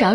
扰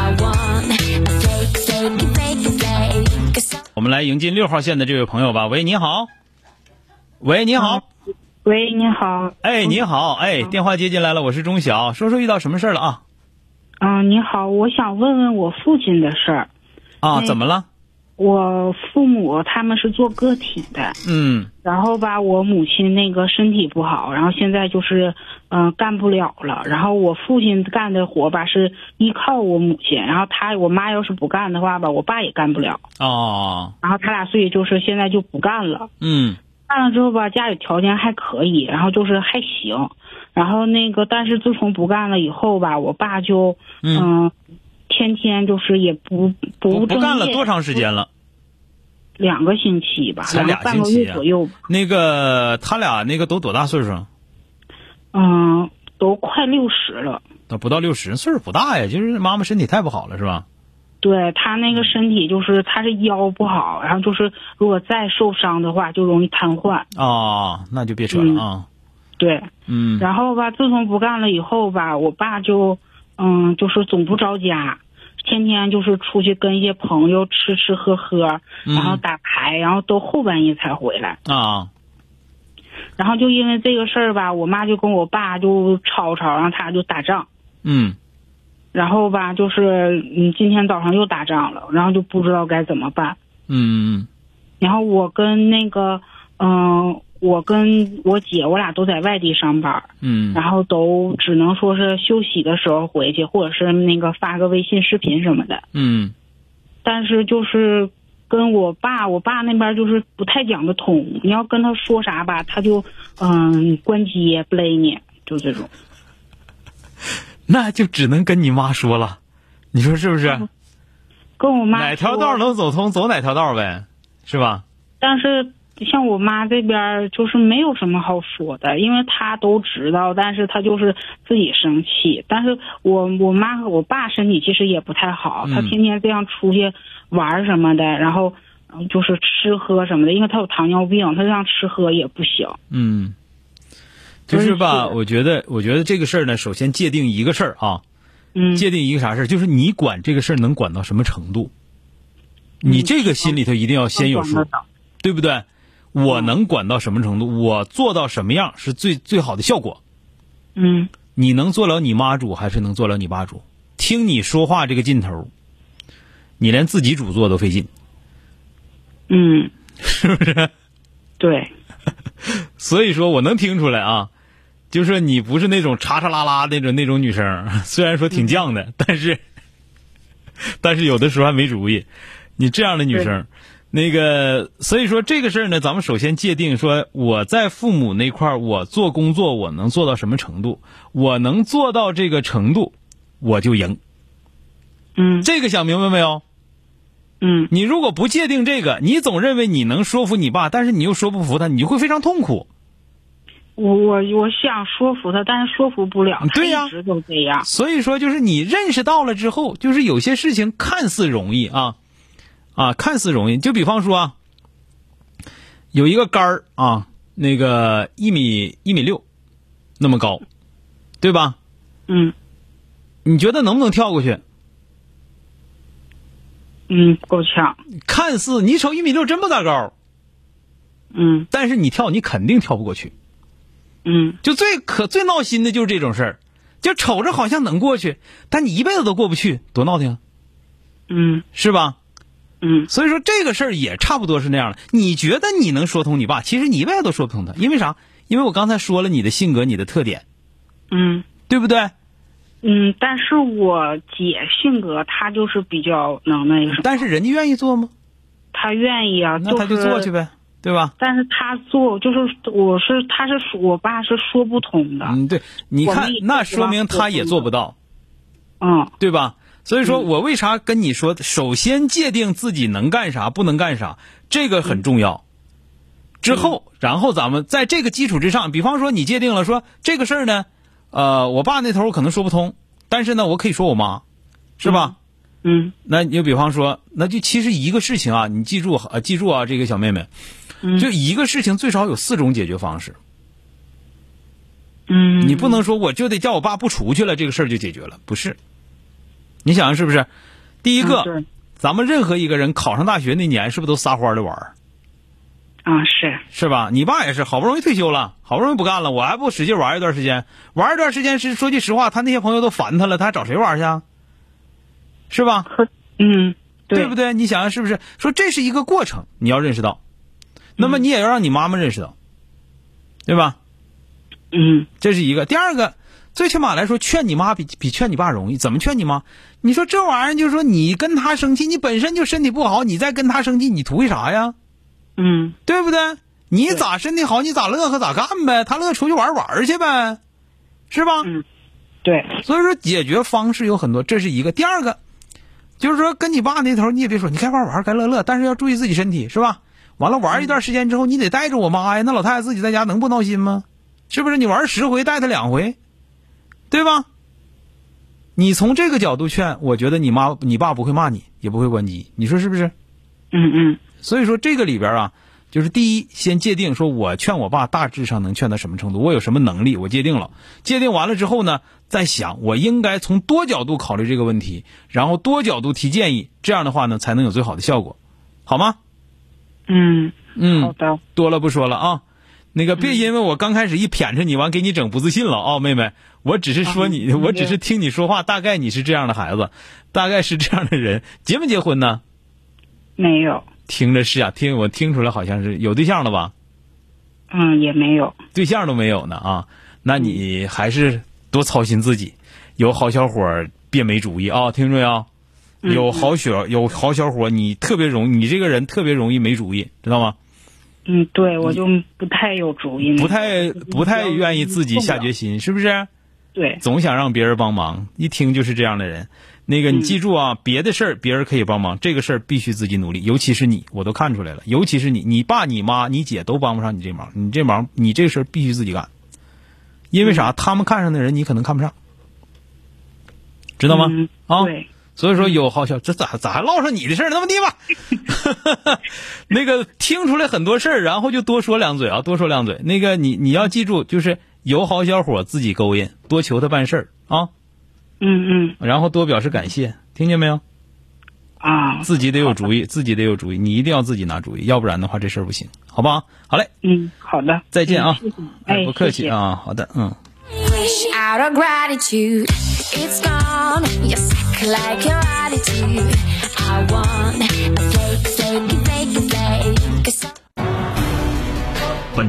I want a fake, fake, fake, fake. 'Cause 我们来迎进六号线的这位朋友吧。喂，你好。喂，你好。喂，你好。哎，你好。哎，电话接进来了，我是钟晓。说说遇到什么事儿了啊？嗯，你好，我想问问我父亲的事儿。啊，哎怎么了？我父母他们是做个体的，嗯，然后吧，我母亲那个身体不好，然后现在就是，嗯、干不了了。然后我父亲干的活吧是依靠我母亲，然后他我妈要是不干的话吧，我爸也干不了。哦，然后他俩所以就是现在就不干了。嗯，干了之后吧，家里条件还可以，然后就是还行。然后那个，但是自从不干了以后吧，我爸就嗯嗯、天天就是也不不不务不正干了业多长时？间了？两个星期吧，才俩然后半个星期月啊左右吧。那个他俩那个都多大岁数？嗯、都快六十了。都不到六十，岁数不大呀，就是妈妈身体太不好了，是吧？对他那个身体就是，他是腰不好，然后就是如果再受伤的话，就容易瘫痪。哦，那就别扯了啊。对，嗯然后吧，自从不干了以后吧，我爸就，嗯，就是总不着家，天天就是出去跟一些朋友吃吃喝喝，嗯然后打牌，然后都后半夜才回来。啊，然后就因为这个事儿吧，我妈就跟我爸就吵吵，然后他俩就打仗。嗯然后吧，就是嗯，今天早上又打仗了，然后就不知道该怎么办。嗯然后我跟那个，嗯、我跟我姐，我俩都在外地上班儿，嗯嗯然后都只能说是休息的时候回去，或者是那个发个微信视频什么的。嗯但是就是跟我爸，我爸那边就是不太讲得通，你要跟他说啥吧，他就嗯关机不勒你，就这种。那就只能跟你妈说了，你说是不是？跟我妈哪条道说？能走通，走哪条道呗，是吧？但是像我妈这边就是没有什么好说的，因为她都知道，但是她就是自己生气。但是我我妈和我爸身体其实也不太好，嗯她天天这样出去玩儿什么的，然后嗯就是吃喝什么的，因为她有糖尿病，她这样吃喝也不行。嗯，就是吧？我觉得，我觉得这个事儿呢，首先界定一个事儿啊，嗯界定一个啥事儿，就是你管这个事儿能管到什么程度，嗯你这个心里头一定要先有能数管得，到对不对？嗯我能管到什么程度，我做到什么样是最最好的效果？嗯你能做了你妈主，还是能做了你爸主？听你说话这个劲头儿，你连自己主做都费劲。嗯，是不是？对，所以说我能听出来啊，就是你不是那种叉叉拉拉那种那种女生， 虽然说挺犟的，但是但是有的时候还没主意。你这样的女生，那个所以说这个事儿呢，咱们首先界定说我在父母那块儿，我做工作我能做到什么程度，我能做到这个程度，我就赢。嗯这个想明白没有？嗯你如果不界定这个，你总认为你能说服你爸，但是你又说不服他，你就会非常痛苦。我我我想说服他，但是说服不了，他对呀一直都这样。所以说，就是你认识到了之后，就是有些事情看似容易啊，啊，看似容易。就比方说啊，有一个杆儿啊，那个一米一米六那么高，对吧？嗯你觉得能不能跳过去？嗯，够呛。看似你瞅一米六真不咋高，嗯但是你跳你肯定跳不过去。嗯就最可最闹心的就是这种事儿，就瞅着好像能过去，但你一辈子都过不去，多闹挺啊，嗯是吧？嗯所以说这个事儿也差不多是那样的。你觉得你能说通你爸，其实你一辈子都说不通他，因为啥？因为我刚才说了你的性格、你的特点，嗯对不对？嗯，但是我姐性格她就是比较能那个什么，但是人家愿意做吗？她愿意啊，那他就做去是。呗，对吧？但是她做就是我是她是说我爸是说不通的，嗯，对，你我们看也，那是吧说明他也做不到，嗯对吧？所以说我为啥跟你说，首先界定自己能干啥，不能干啥，这个很重要。之嗯后，然后咱们在这个基础之上，比方说你界定了说这个事儿呢，呃，我爸那头我可能说不通，但是呢，我可以说我妈，是吧？嗯那你就比方说，那就其实一个事情啊，你记住呃，记住啊，这个小妹妹，就一个事情最少有四种解决方式。嗯，你不能说我就得叫我爸不出去了，这个事儿就解决了，不是？你想想啊是不是？第一个，嗯对咱们任何一个人考上大学那年，是不是都撒欢儿的玩儿？啊是是吧？你爸也是，好不容易退休了，好不容易不干了，我还不使劲玩一段时间？玩一段时间是说句实话，他那些朋友都烦他了，他还找谁玩去啊？是吧？和嗯对不对？你想想是不是？说这是一个过程，你要认识到，那么你也要让你妈妈认识到，对吧？嗯这是一个。第二个，最起码来说，劝你妈比比劝你爸容易。怎么劝你妈？你说这玩意儿，就是说你跟他生气，你本身就身体不好，你再跟他生气，你图为啥呀？嗯对不对？你咋身体好，你咋乐呵咋干呗？他乐出去玩儿玩儿去呗，是吧？嗯对所以说解决方式有很多，这是一个。第二个，就是说跟你爸那头你也别说，你该玩玩该乐乐，但是要注意自己身体，是吧？完了玩一段时间之后，你得带着我妈呀，那老太太自己在家能不闹心吗？是不是？你玩十回带她两回，对吧？你从这个角度劝，我觉得你妈你爸不会骂你，也不会关机，你说是不是？嗯嗯所以说这个里边啊，就是第一，先界定说我劝我爸大致上能劝到什么程度，我有什么能力，我界定了。界定完了之后呢，再想我应该从多角度考虑这个问题，然后多角度提建议，这样的话呢，才能有最好的效果，好吗？嗯好嗯，的多了不说了啊。那个别因为我刚开始一谝着你完给你整不自信了啊、妹妹，我只是说你，啊我只是听你说话，大概你是这样的孩子，大概是这样的人，结没结婚呢？没有听着是啊，听我听出来好像是有对象了吧？嗯也没有对象都没有呢啊，那你还是多操心自己。有好小伙儿别没主意啊，听着没有？有好小有好小伙儿，你特别容易，你这个人特别容易没主意，知道吗？嗯对我就不太有主意那种不太不太愿意自己下决心，是不是？对总想让别人帮忙，一听就是这样的人。那嗯个你记住啊，别的事儿别人可以帮忙，这个事儿必须自己努力。尤其是你，我都看出来了，尤其是你，你爸、你妈、你姐都帮不上你这忙，你这忙你这事儿必须自己干。因为嗯啥？他们看上的人，你可能看不上，知道吗？嗯啊，对所以说有好小，这咋咋还唠上你的事儿？那么地 吧，那个听出来很多事儿，然后就多说两嘴啊，多说两嘴。那个你你要记住，就是有好小伙自己勾引，多求他办事儿啊，嗯嗯然后多表示感谢，听见没 有？啊自己得有主意，自己得有主意，你一定要自己拿主意，要不然的话这事儿不行，好吧？好嘞，嗯好的再见啊嗯谢谢，哎，哎不客谢气谢啊，好的，嗯。 wish out of gratitude. It's gone. You suck like your attitude. I want a fake, fake, fake, fake. 'Cause I- 本